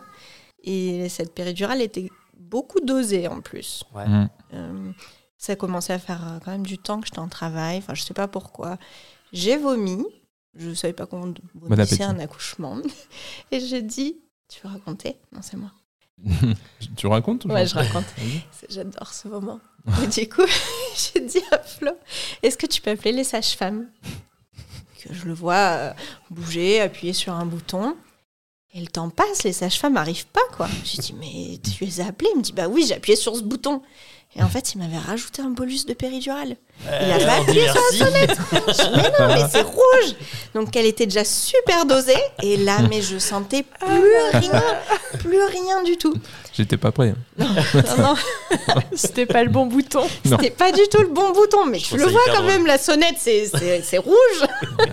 S4: Et cette péridurale était beaucoup dosée en plus.
S3: Ouais.
S1: Mm.
S4: Euh, ça commençait à faire euh, quand même du temps que j'étais en travail. Enfin, je sais pas pourquoi. J'ai vomi. Je ne savais pas qu'on vomissait
S1: appétit.
S4: un accouchement. Et j'ai dit, tu veux raconter Non, c'est moi.
S1: tu racontes ou
S4: Ouais, je raconte.
S1: Vas-y.
S4: C'est- J'adore ce moment. Et du coup, j'ai dit à Flo, est-ce que tu peux appeler les sages-femmes Que je le vois euh, bouger, appuyer sur un bouton. Et le temps passe, les sages-femmes n'arrivent pas, quoi. J'ai dit, mais tu les as appelées Il me dit, bah oui, j'ai appuyé sur ce bouton. Et en fait, il m'avait rajouté un bolus de péridurale. Il a
S3: Euh,
S4: pas
S3: on dit merci.
S4: Mais
S1: Ah.
S4: non, mais c'est rouge Donc elle était déjà super dosée. Et là, mais je sentais plus rien, plus rien du tout.
S1: J'étais pas prêt.
S4: Non, non,
S2: C'était pas le bon bouton.
S1: Non.
S4: C'était pas du tout le bon bouton, mais
S3: Je
S4: tu
S3: trouve
S4: le
S3: ça
S4: vois
S3: hyper
S4: quand
S3: drôle.
S4: même, la sonnette, c'est- c'est c'est rouge.
S1: Oh,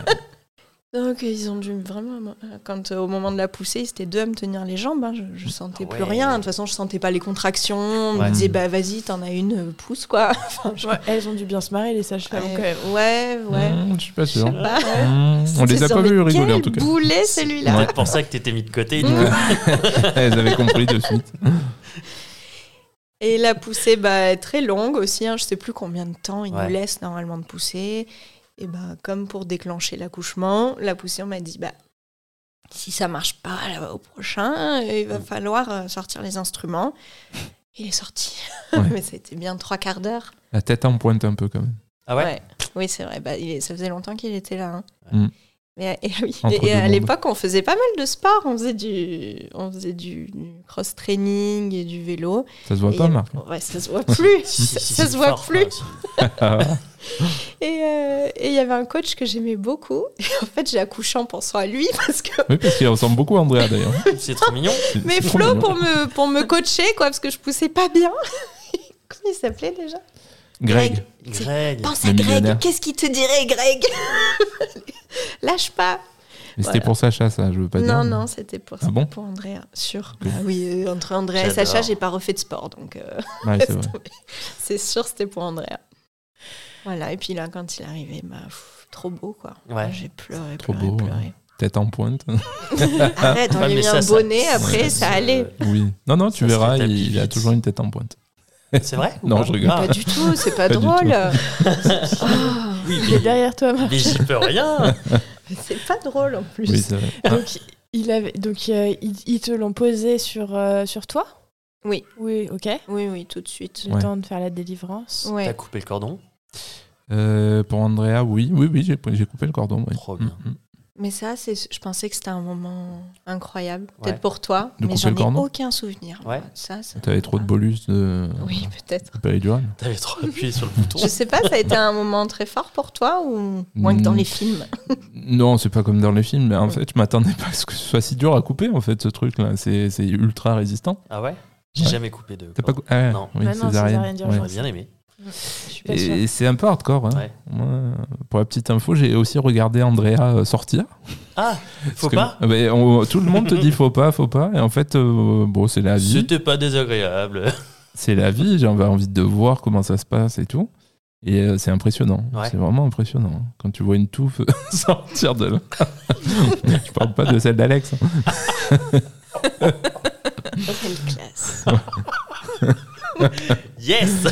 S4: Donc ils ont dû vraiment, quand euh, au moment de la poussée, c'était deux à me tenir les jambes, hein, je, je sentais
S3: Ah
S4: plus
S3: ouais.
S4: rien. De toute façon, je sentais pas les contractions. On
S3: Ouais.
S4: me disait bah vas-y, t'en as une, euh, pousse quoi. Enfin, je-
S2: Elles ont dû bien se marrer, les sages-femmes, quand même.
S4: ouais, ouais.
S1: Mm, je suis pas sûr.
S4: Bah,
S1: Mm, On les a
S4: c'est-
S1: pas
S4: mais
S1: vus rigoler en
S4: quel
S1: tout cas.
S4: boulet celui-là.
S3: C'est peut-être pour ça que t'étais mis de côté. du
S4: Mm.
S3: coup.
S1: Elles avaient compris de suite.
S4: Et la poussée bah, très longue aussi, hein, je sais plus combien de temps ils
S3: Ouais.
S4: nous laissent normalement de pousser. Et bah, comme pour déclencher l'accouchement, la poussée, on m'a dit bah, si ça marche pas là, au prochain, il
S1: Mm.
S4: va falloir euh, sortir les instruments. Il est sorti.
S1: Ouais.
S4: Mais ça a été bien trois quarts d'heure.
S1: La tête en pointe un peu quand même.
S3: Ah ouais,
S4: Oui, c'est vrai, bah, il est- ça faisait longtemps qu'il était là. hein.
S1: Mm.
S4: Mais, euh, et oui,
S1: Entre
S4: et- et
S1: deux
S4: à
S1: mondes.
S4: l'époque, on faisait pas mal de sport. On faisait du, on faisait du, du cross-training et du vélo.
S1: Ça se voit
S4: Et
S1: pas,
S4: il y a-
S1: Marc.
S4: Ouais, ça se voit plus.
S3: Si, si,
S4: ça
S3: si,
S4: ça
S3: si,
S4: se voit
S3: fort,
S4: plus.
S3: fort.
S1: Ah.
S4: Et euh, et il y avait un coach que j'aimais beaucoup. Et en fait, j'ai accouché en pensant à lui parce que.
S1: Oui, parce qu'il ressemble beaucoup à Andrea d'ailleurs.
S3: C'est trop mignon.
S1: C'est-
S4: Mais
S1: c'est trop
S4: Flo
S1: mignon.
S4: pour me, pour me coacher, quoi, parce que je poussais pas bien. Comment il s'appelait déjà
S1: Greg.
S3: Greg.
S4: Pense
S1: Le
S4: à Greg.
S1: millionnaire.
S4: Qu'est-ce qu'il te dirait, Greg Lâche pas.
S1: Mais c'était
S4: Voilà.
S1: pour Sacha, ça, je veux pas dire.
S4: non,
S1: mais-
S4: non, c'était pour,
S1: Ah bon
S4: pour Andrea, sûr.
S1: Ok.
S4: Ah oui, euh, entre Andrea et
S3: J'adore.
S4: Sacha, j'ai pas refait de sport, donc euh,
S1: Ouais, c'est vrai.
S4: c'est sûr, c'était pour Andrea. Voilà, et puis là, quand il est arrivé, bah, pff, trop beau, quoi.
S3: Ouais.
S4: J'ai pleuré,
S1: Trop
S4: pleuré,
S1: beau, ouais.
S4: pleuré.
S1: Tête en pointe.
S4: Arrête, on
S3: Ah,
S4: lui a
S3: mais
S4: mis
S3: ça,
S4: un
S3: ça- euh,
S4: bonnet après, ça
S3: se-
S4: allait.
S1: Oui. Non, non,
S3: Ça se
S1: tu verras, il,
S3: rétablit
S1: il a
S3: vite.
S1: toujours une tête en pointe.
S3: C'est vrai ou
S1: Non,
S3: pas
S1: je rigole.
S3: Ah,
S4: Pas du tout, c'est pas,
S1: Pas du
S4: drôle. Ah,
S3: oui,
S2: Il est
S3: mais-
S2: derrière toi, Marc.
S3: mais j'y peux rien.
S4: c'est pas drôle en plus.
S1: Oui, c'est vrai. Ah,
S2: Donc, il avait... Donc euh, ils, ils te l'ont posé sur, euh, sur toi
S4: Oui.
S2: Oui, ok.
S4: Oui, oui, tout de suite.
S2: Le
S1: Ouais.
S2: temps de faire la délivrance.
S3: T'as
S4: Ouais.
S3: coupé le cordon
S1: euh, pour Andrea, oui, oui, oui, j'ai j'ai coupé le cordon. oui.
S3: Trop bien.
S1: Mm, mm.
S4: Mais ça, c'est, je pensais que c'était un moment incroyable.
S3: Ouais.
S4: Peut-être pour toi,
S1: De
S4: mais
S1: couper
S4: j'en
S1: le
S4: ai
S1: cordon
S4: aucun souvenir.
S3: Ouais.
S4: Ça, ça-
S1: T'avais trop de bolus de
S4: Oui, peut-être.
S1: de péridurale.
S3: T'avais trop appuyé sur le bouton.
S4: Je sais pas, ça a été un moment très fort pour toi ou moins que dans
S1: Mm.
S4: les films
S1: Non, c'est pas comme dans les films, mais en fait, je m'attendais pas à ce que ce soit si dur à couper, en fait, ce truc-là. C'est c'est ultra résistant.
S3: Ah ouais J'ai
S1: Ouais.
S3: jamais coupé de.
S1: T'as pas
S3: cordon.
S1: cou- Ah,
S3: Non.
S1: oui,
S2: Ah non, césarienne d'urgence.
S1: ouais.
S3: J'aurais bien aimé.
S2: Je suis pas sûre.
S1: Et c'est un peu hardcore. hein.
S3: Ouais.
S1: Moi, pour la petite info, j'ai aussi regardé Andrea euh, sortir.
S3: Ah, faut
S1: Parce que-
S3: pas
S1: Ah ben, on- Tout le monde te dit faut pas, faut pas. Et en fait, euh, bon, c'est la vie.
S3: C'était pas désagréable.
S1: c'est la vie, j'avais envie de voir comment ça se passe et tout. Et euh, c'est impressionnant,
S3: Ouais.
S1: c'est vraiment impressionnant. hein. Quand tu vois une touffe sortir de là. Je parle pas de celle d'Alex. hein.
S4: Quelle classe.
S3: Yes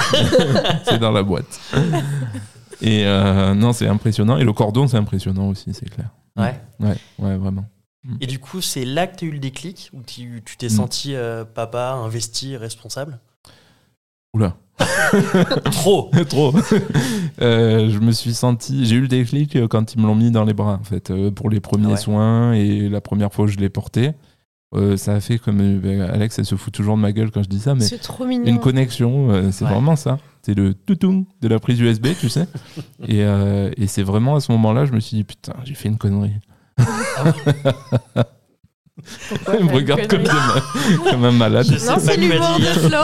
S1: c'est dans la boîte. Et euh, non, c'est impressionnant. Et le cordon, c'est impressionnant aussi, c'est clair.
S3: Ouais.
S1: Ouais, ouais, vraiment.
S3: Et du coup, c'est là que tu as eu le déclic où tu tu t'es
S1: Mm.
S3: senti euh, papa, investi, responsable
S1: Oula.
S3: Trop
S1: Trop. Euh, je me suis senti. J'ai eu le déclic euh, quand ils me l'ont mis dans les bras, en fait, euh, pour les premiers
S3: Ouais.
S1: soins et la première fois que je l'ai porté. Euh, ça a fait comme. euh, ben, Alex, elle se fout toujours de ma gueule quand je dis ça, mais
S4: C'est trop mignon.
S1: une connexion, euh, c'est
S3: Ouais.
S1: vraiment ça. C'est le toutoum de la prise USB, tu sais. et euh, et c'est vraiment à ce moment-là, je me suis dit, putain, j'ai fait une connerie. Elle me regarde comme, des- comme un malade.
S3: Je sais
S4: Non,
S3: pas
S4: c'est
S3: qui m'a
S4: l'humour
S3: dit.
S4: de Flo.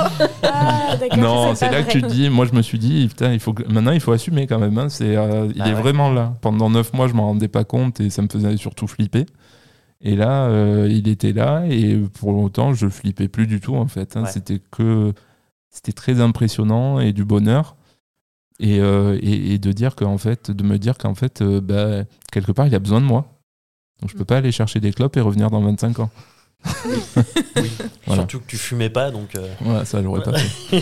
S2: Ah, d'accord,
S1: Non,
S2: pas
S1: c'est là que
S2: vrai.
S1: tu te dis. Moi, je me suis dit, putain, il faut que- maintenant, il faut assumer quand même. hein. C'est, euh, il
S3: Ah
S1: est
S3: ouais.
S1: vraiment là. Pendant neuf mois, je m'en rendais pas compte et ça me faisait surtout flipper. Et là, euh, il était là et pour longtemps, je flippais plus du tout en fait. hein.
S3: Ouais.
S1: C'était que, c'était très impressionnant et du bonheur. Et, euh, et- et de dire qu'en fait, de me dire qu'en fait, euh, bah, quelque part, il a besoin de moi. Donc,
S3: Mm.
S1: je peux pas aller chercher des clopes et revenir dans 25 ans. Voilà.
S3: Surtout que tu fumais pas, donc... euh,
S1: Voilà, ça, j'aurais pas fait.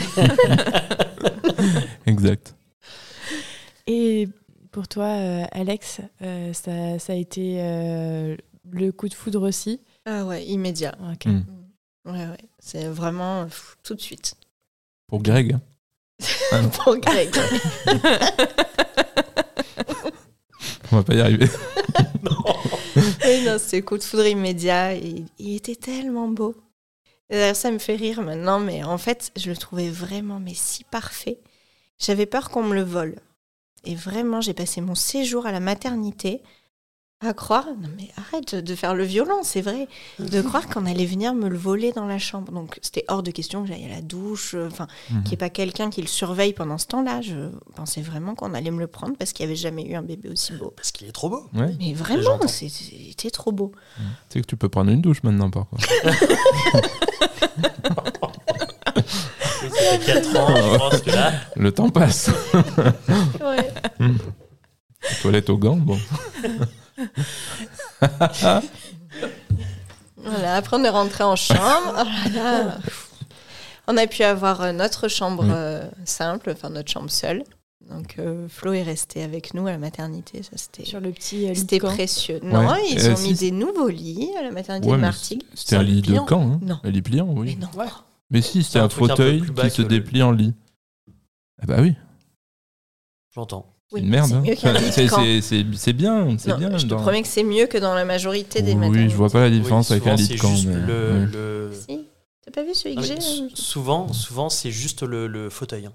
S1: exact.
S2: Et pour toi, euh, Alex, euh, ça, ça a été euh, le coup de foudre aussi
S4: Ah ouais, immédiat.
S2: Ok.
S1: Mm.
S4: Ouais, ouais. C'est vraiment pff, tout de suite.
S1: Pour Greg. Ah
S4: Pour Greg.
S1: On va pas y arriver.
S4: Oui, non, c'est coup de foudre immédiat. Il, il était tellement beau. Et D'ailleurs, ça me fait rire maintenant, mais en fait, je le trouvais vraiment, mais si parfait. J'avais peur qu'on me le vole. Et vraiment, j'ai passé mon séjour à la maternité à croire, non mais arrête de faire le violent, c'est vrai, de croire qu'on allait venir me le voler dans la chambre. Donc c'était hors de question que j'aille à la douche, euh, enfin,
S1: Mhm.
S4: qu'il n'y ait pas quelqu'un qui le surveille pendant ce temps-là. Je pensais vraiment qu'on allait me le prendre parce qu'il n'y avait jamais eu un bébé aussi beau.
S3: Parce qu'il est trop beau
S1: Ouais.
S4: Mais
S3: j'entends.
S4: vraiment, c'est- c'était trop beau.
S1: Tu sais que tu peux prendre une douche maintenant, par contre.
S3: Ça fait 4 ans, je pense que là...
S1: Le temps passe.
S4: Ouais.
S3: Hmm.
S1: La toilette aux gants, bon.
S4: Voilà, après on est rentré en chambre. Oh là là. On a pu avoir euh, notre chambre
S1: Mm.
S4: euh, simple, enfin notre chambre seule. Donc euh, Flo est resté avec nous à la maternité, ça c'était
S2: Sur le petit euh, lit de
S4: c'était
S2: camp.
S4: précieux. Non,
S1: Ouais.
S4: ils
S1: Euh,
S4: ont
S1: si.
S4: mis des nouveaux lits à la maternité
S1: Ouais,
S4: de
S1: mais
S4: Martigues.
S1: C'était un
S3: C'est un
S1: lit de
S3: pliant.
S1: camp, hein
S4: Non.
S1: Un lit pliant, oui.
S4: Mais non.
S3: Ouais.
S1: Mais si, c'était
S3: un
S1: un,
S3: truc un peu
S1: fauteuil
S3: plus euh, bas
S1: qui
S3: que
S1: se
S3: le-
S1: déplie en lit. Ah bah oui,
S3: J'entends.
S1: c'est
S4: Oui,
S1: une merde.
S4: c'est
S1: hein.
S4: mieux qu'un lit de
S1: C'est-
S4: camp.
S1: c'est- c'est- c'est bien, c'est
S4: Non,
S1: bien.
S4: je te
S1: dans-
S4: promets que c'est mieux que dans la majorité des
S1: Oui,
S4: maternités.
S1: je vois pas la différence
S3: Oui,
S1: avec un
S3: souvent,
S1: lit
S3: c'est
S1: de camp.
S3: juste
S1: mais-
S3: le-
S1: ouais.
S3: le-
S4: Si, t'as pas vu celui
S1: Ah,
S3: Non,
S4: que
S3: mais
S4: j'ai
S3: sou-
S4: euh,
S3: Ah Souvent, souvent c'est juste le, le fauteuil. hein.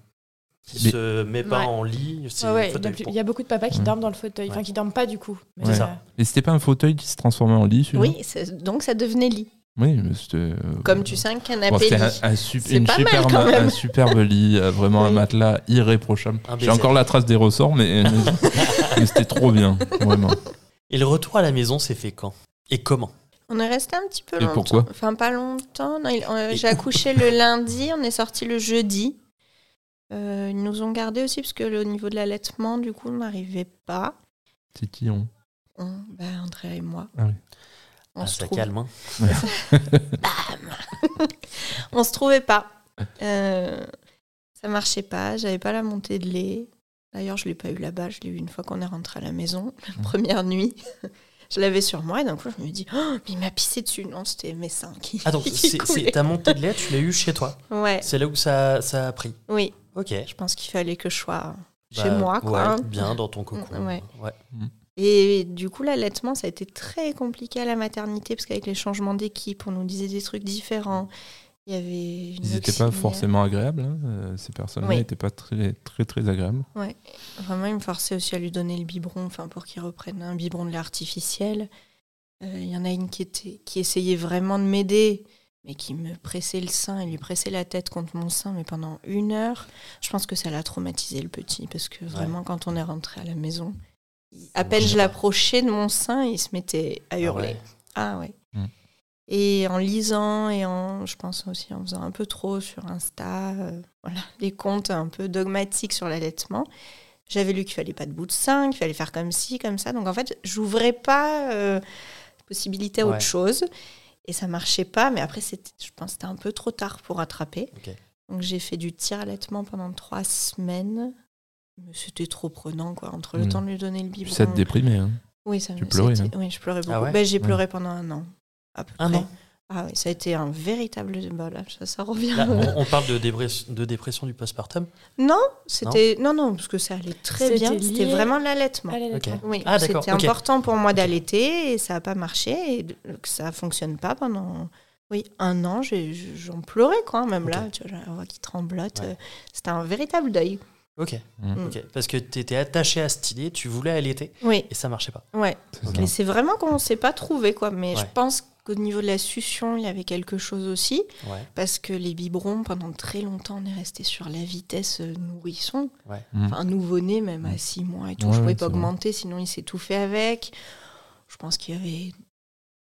S3: Il
S1: Mais-
S3: se met pas
S2: Ouais.
S3: en lit, c'est
S2: Ah ouais,
S3: le fauteuil.
S2: donc, il
S3: Bon.
S2: y a beaucoup de papas qui
S1: Mm. Ouais.
S2: dorment dans le fauteuil, enfin
S3: Ouais.
S2: qui dorment pas du coup. mais,
S1: C'est
S3: ça.
S1: Et c'était pas un fauteuil qui se transformait en lit, celui-là
S4: Oui, c'est- donc ça devenait lit.
S1: Oui, mais c'était. euh,
S4: Comme tu sais, un
S1: Bon,
S4: canapé
S1: c'était un,
S4: lit.
S1: un sup-
S4: C'est
S1: une
S4: pas mal,
S1: superbe-
S4: quand même.
S1: un superbe lit, euh, vraiment un
S4: Oui.
S1: matelas irréprochable.
S3: Un
S1: J'ai
S3: baiser.
S1: encore la trace des ressorts, mais, euh, mais- mais c'était trop bien, vraiment.
S3: Et le retour à la maison s'est fait quand Et comment
S4: On est resté un petit peu
S1: Et
S4: longtemps.
S1: pourquoi
S4: Enfin, pas longtemps. Non, il- euh,
S3: Et-
S4: J'ai accouché le lundi, on est sorti le jeudi. Euh, ils nous ont gardés aussi parce que le- au niveau de l'allaitement, du coup, on n'arrivait pas.
S1: Titillon.
S4: On, ben, Andrea et moi.
S1: Ah oui.
S4: On
S3: Ah,
S4: se
S3: Ça
S4: trouve-
S3: calme. hein.
S4: on se trouvait pas.
S3: Ah.
S4: Euh, ça marchait pas, j'avais pas la montée de lait. D'ailleurs, je l'ai pas eu là-bas, je l'ai eu une fois qu'on est rentré à la maison,
S3: Mmh.
S4: la première nuit. Je l'avais sur moi et d'un coup, je me dis, oh, mais il m'a pissé dessus. Non, c'était mes seins qui.
S3: Ah donc
S4: qui
S3: c'est- c'est
S4: coulaient.
S3: ta montée de lait, tu l'as eu chez toi.
S4: Ouais,
S3: C'est là où ça, ça a pris.
S4: oui.
S3: Ok.
S4: Je pense qu'il fallait que je sois chez
S3: Bah,
S4: moi, quoi. Mm,
S3: ouais, bien dans ton cocon.
S4: Ouais.
S3: Ouais.
S4: Et du coup, l'allaitement, ça a été très compliqué à la maternité, parce qu'avec les changements d'équipe, on nous disait des trucs différents. Il y avait une
S1: Ils n'étaient pas
S4: auxiliaire.
S1: forcément agréables, hein, euh, ces personnes-là
S4: Oui.
S1: n'étaient pas très, très, très agréables.
S4: Vraiment, il me forçait aussi à lui donner le biberon, enfin, pour qu'il reprenne un biberon de lait artificiel. Euh, Il y en a une qui, était, qui essayait vraiment de m'aider, mais qui me pressait le sein et lui pressait la tête contre mon sein, mais pendant une heure. Je pense que ça l'a traumatisé le petit, parce que vraiment, quand on est rentré à la maison, il- à peine je l'approchais de mon sein, il se mettait à
S3: Ah
S4: hurler.
S3: ouais.
S4: Ah ouais.
S1: Mm.
S4: Et en lisant et en, je pense aussi en faisant un peu trop sur Insta, euh, voilà, des comptes un peu dogmatiques sur l'allaitement, j'avais lu qu'il fallait pas de bout de sein, qu'il fallait faire comme ci, comme ça. Donc en fait, j'ouvrais pas euh, possibilité à
S3: Ouais.
S4: autre chose. Et ça marchait pas, mais après, c'était- je pense que c'était un peu trop tard pour rattraper.
S3: Ok.
S4: Donc j'ai fait du tir allaitement pendant trois semaines. Mais c'était trop prenant, quoi, entre le
S1: Mm.
S4: temps de lui donner le biberon.
S1: Puis ça te déprimait. hein.
S4: Oui, ça
S1: Tu
S4: me-
S1: pleurais,
S4: c'était- Oui, je pleurais beaucoup.
S3: Ah ouais
S4: Ben, j'ai
S1: Ouais.
S4: pleuré pendant un an. À peu
S3: Un
S4: près.
S3: an
S4: Ah oui, ça a été un véritable. bah là, ça, ça revient.
S3: Là, on, on parle de, débré- de dépression du postpartum.
S4: Non, c'était. Non, non, parce que ça allait très
S2: C'était
S4: bien.
S2: lié
S4: C'était vraiment l'allaitement.
S2: Allez,
S3: Ok.
S2: lettre.
S4: Oui,
S3: Ah, d'accord,
S4: c'était
S3: ok.
S4: important pour moi
S3: Ok.
S4: d'allaiter et ça n'a pas marché et de- que ça fonctionne pas pendant oui, un an, j'ai- j'en pleurais quoi, même
S3: Ok.
S4: là, tu vois, j'ai la voix qui tremblote,
S3: Ouais.
S4: euh, c'était un véritable deuil.
S3: Ok.
S1: Mm.
S3: ok. Parce que tu étais attaché à cette idée, tu voulais allaiter
S4: Oui,
S3: et ça marchait pas.
S4: ouais.
S1: C'est
S3: Ok.
S4: Mais c'est vraiment qu'on ne s'est pas trouvé quoi, mais je
S3: Ouais.
S4: pense qu'au niveau de la succion, il y avait quelque chose aussi
S3: Ouais.
S4: parce que les biberons pendant très longtemps, on est resté sur la vitesse euh, nourrisson.
S1: Mm.
S4: un nouveau-né même à 6 mois et tout,
S1: Mmh. Ouais,
S4: je
S1: ouais,
S4: pouvais pas
S1: c'est vrai.
S4: augmenter, sinon il s'étouffait avec. Je pense qu'il y avait...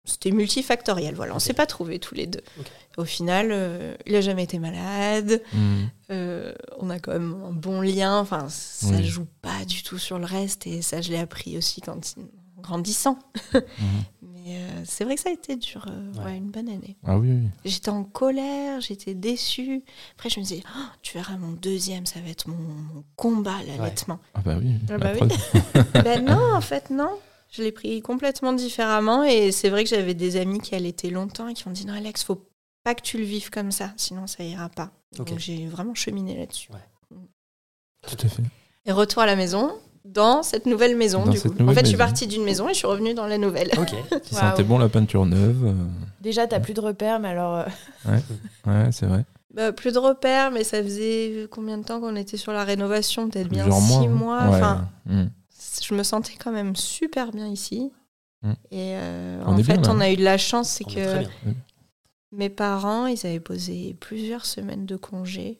S4: C'était multifactoriel, voilà, on
S3: Ok.
S4: s'est pas trouvés tous les deux.
S3: Ok.
S4: Au final, euh, il a jamais été malade,
S1: Mm.
S4: euh, on a quand même un bon lien, enfin, ça
S1: Oui.
S4: joue pas du tout sur le reste, et ça je l'ai appris aussi quand il- en grandissant.
S1: Mhm.
S4: Mais euh, c'est vrai que ça a été dur, euh,
S3: Ouais.
S4: ouais, une bonne année.
S1: Ah oui, oui.
S4: J'étais en colère, j'étais déçue. Après, je me disais, Oh, tu verras, mon deuxième, ça va être mon, mon combat, l'allaitement.
S1: Ah bah oui.
S2: Ah bah
S1: la
S2: oui.
S1: preuve.
S4: Ben non, en fait, non. Je l'ai pris complètement différemment. Et c'est vrai que j'avais des amis qui allaitaient longtemps et qui m'ont dit Non, Alex, faut pas que tu le vives comme ça, sinon ça ira pas.
S3: Ok.
S4: Donc j'ai vraiment cheminé là-dessus.
S1: Tout à fait.
S4: Et retour à la maison, dans cette nouvelle maison,
S1: Dans
S4: du coup.
S1: cette nouvelle
S4: en fait, je suis
S1: maison.
S4: partie d'une maison et je suis revenue dans la nouvelle.
S3: Ok.
S1: Qui
S2: Waouh.
S1: sentait bon la peinture neuve. euh,
S2: Déjà, t'as plus de repères, mais alors. euh,
S1: Ouais, c'est vrai.
S4: Bah, plus de repères, mais ça faisait combien de temps qu'on était sur la rénovation Peut-être Eh bien
S1: Plusieurs
S4: six
S1: mois.
S4: mois.
S1: hein. Ouais.
S4: Enfin,
S1: Mm.
S4: je me sentais quand même super bien ici.
S1: Mm.
S4: Et euh,
S1: On
S4: en
S1: est
S4: fait,
S1: bien, hein. là.
S4: on a eu de la chance, c'est
S3: On est
S4: que.
S3: très bien.
S4: Mes parents, ils avaient posé plusieurs semaines de congé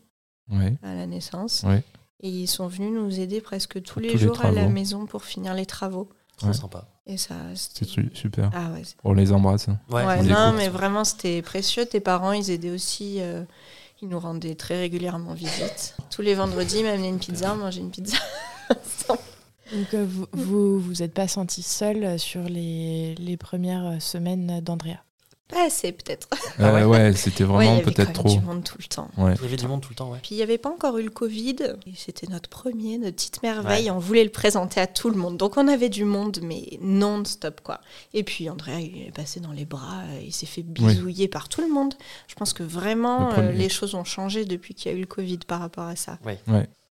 S1: Ouais.
S4: à la naissance.
S1: Ouais.
S4: Et ils sont venus nous aider presque tous
S1: Pour
S4: les
S1: tous les
S4: jours à la
S1: travaux.
S4: maison pour finir les travaux.
S3: Trop
S1: Ouais.
S3: sympa.
S4: Et ça, c'était...
S1: C'est su- super.
S4: Ah ouais, c'est-
S1: On les embrasse. hein.
S3: Ouais.
S4: Ouais,
S1: on les
S4: non,
S1: écoute.
S4: mais vraiment, c'était précieux. Tes parents, ils aidaient aussi. euh, ils nous rendaient très régulièrement visite. Tous les vendredis, ils m'amenaient une pizza, on mangeait une pizza. ensemble.
S2: Donc, euh, vous, vous vous êtes pas senti seul euh, sur les, les premières euh, semaines d'Andrea.
S4: Pas assez, peut-être.
S3: Ah ouais.
S1: Euh, ouais, c'était
S4: Ouais, il y
S1: vraiment
S4: avait
S1: peut-être
S4: quand même
S1: trop.
S4: du monde tout le temps.
S1: Ouais.
S3: Il y avait du monde tout le temps, ouais.
S4: Puis il n'y avait pas encore eu le Covid. Et C'était notre premier, notre petite merveille. On voulait le présenter à tout le monde. Donc on avait du monde, mais non-stop quoi. Et puis Andrea, il est passé dans les bras. euh, Il s'est fait bisouiller par tout le monde. Je pense que vraiment,
S1: Le
S4: euh,
S1: premier.
S4: les choses ont changé depuis qu'il y a eu le Covid par rapport à ça.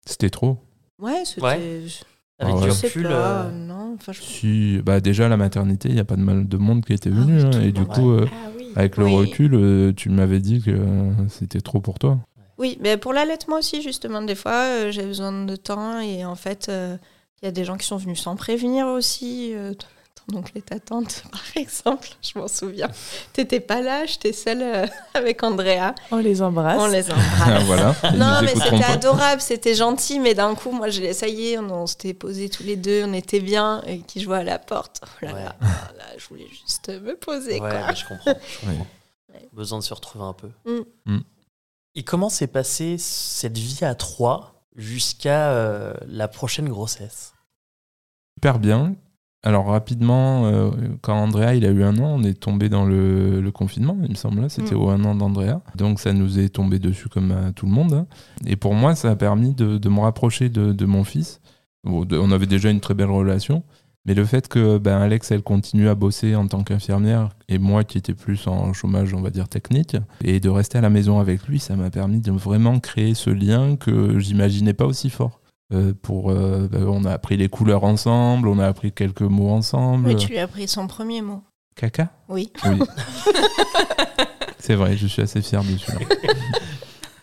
S1: C'était trop.
S4: Ouais, c'était.
S3: Ouais. Avec
S1: Ah ouais.
S4: Je
S3: du
S4: sais
S3: recul.
S4: pas,
S3: euh,
S4: non. Enfin, je-
S1: Si, bah déjà à la maternité, il n'y a pas de mal de monde qui était venu.
S4: oui,
S1: hein,
S4: tout le
S1: et du
S3: monde,
S1: coup, euh,
S2: Ah oui.
S1: avec le
S4: Oui.
S1: recul, euh, tu m'avais dit que euh, c'était trop pour toi.
S4: Oui, mais pour l'allaitement aussi, justement, des fois, euh, j'ai besoin de temps. Et en fait, euh, il y a des gens qui sont venus sans prévenir aussi. euh, ton ton oncle et ta tante, par exemple, je m'en souviens. T'étais pas là, j'étais seule euh, avec Andrea.
S2: On les embrasse.
S4: On les embrasse.
S1: voilà. Ah, Ils
S4: Ah, bah. Non,
S1: nous
S4: mais
S1: écouteront
S4: c'était
S1: pas.
S4: adorable, c'était gentil, mais d'un coup, moi, je l'ai- ça y est, on, on s'était posés tous les deux, on était bien, et qui jouait à la porte. Oh là
S3: Ouais.
S4: là, oh là, je voulais juste me poser,
S3: Ouais,
S4: quoi.
S3: bah, je comprends. je
S1: Ouais.
S3: comprends. Besoin de se retrouver un peu.
S4: Mm.
S1: Mm.
S3: Et comment s'est passée cette vie à trois jusqu'à euh, la prochaine grossesse
S1: Super bien. Alors rapidement, euh, quand Andrea il a eu un an, on est tombé dans le, le confinement, il me semble. là, C'était
S4: Mm.
S1: au un an d'Andrea. Donc ça nous est tombé dessus comme à tout le monde. hein. Et pour moi, ça a permis de, de me rapprocher de, de mon fils. Bon, de- on avait déjà une très belle relation. Mais le fait que ben, Alex, elle continue à bosser en tant qu'infirmière et moi qui étais plus en chômage, on va dire, technique, et de rester à la maison avec lui, ça m'a permis de vraiment créer ce lien que j'imaginais pas aussi fort. Euh, pour, euh, ben, on a appris les couleurs ensemble, on a appris quelques mots ensemble.
S4: Mais tu lui as pris son premier mot.
S1: Caca
S4: Oui.
S1: Oui. C'est vrai, je suis assez fier de celui-là.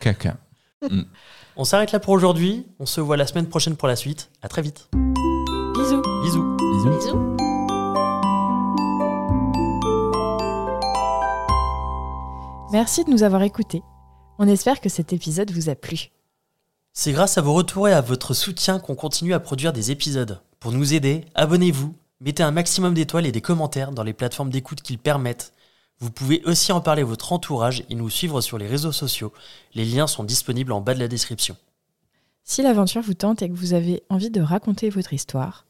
S1: Caca.
S3: On s'arrête là pour aujourd'hui. On se voit la semaine prochaine pour la suite. À très vite.
S2: Bisous.
S3: Bisous.
S1: Bisous.
S4: Bisous.
S5: Merci de nous avoir écoutés. On espère que cet épisode vous a plu.
S3: C'est grâce à vos retours et à votre soutien qu'on continue à produire des épisodes. Pour nous aider, abonnez-vous, mettez un maximum d'étoiles et des commentaires dans les plateformes d'écoute qui le permettent. Vous pouvez aussi en parler à votre entourage et nous suivre sur les réseaux sociaux. Les liens sont disponibles en bas de la description.
S2: Si l'aventure vous tente et que vous avez envie de raconter votre histoire,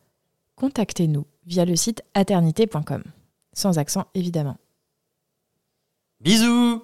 S2: contactez-nous via le site aternité.com. Sans accent, évidemment.
S3: Bisous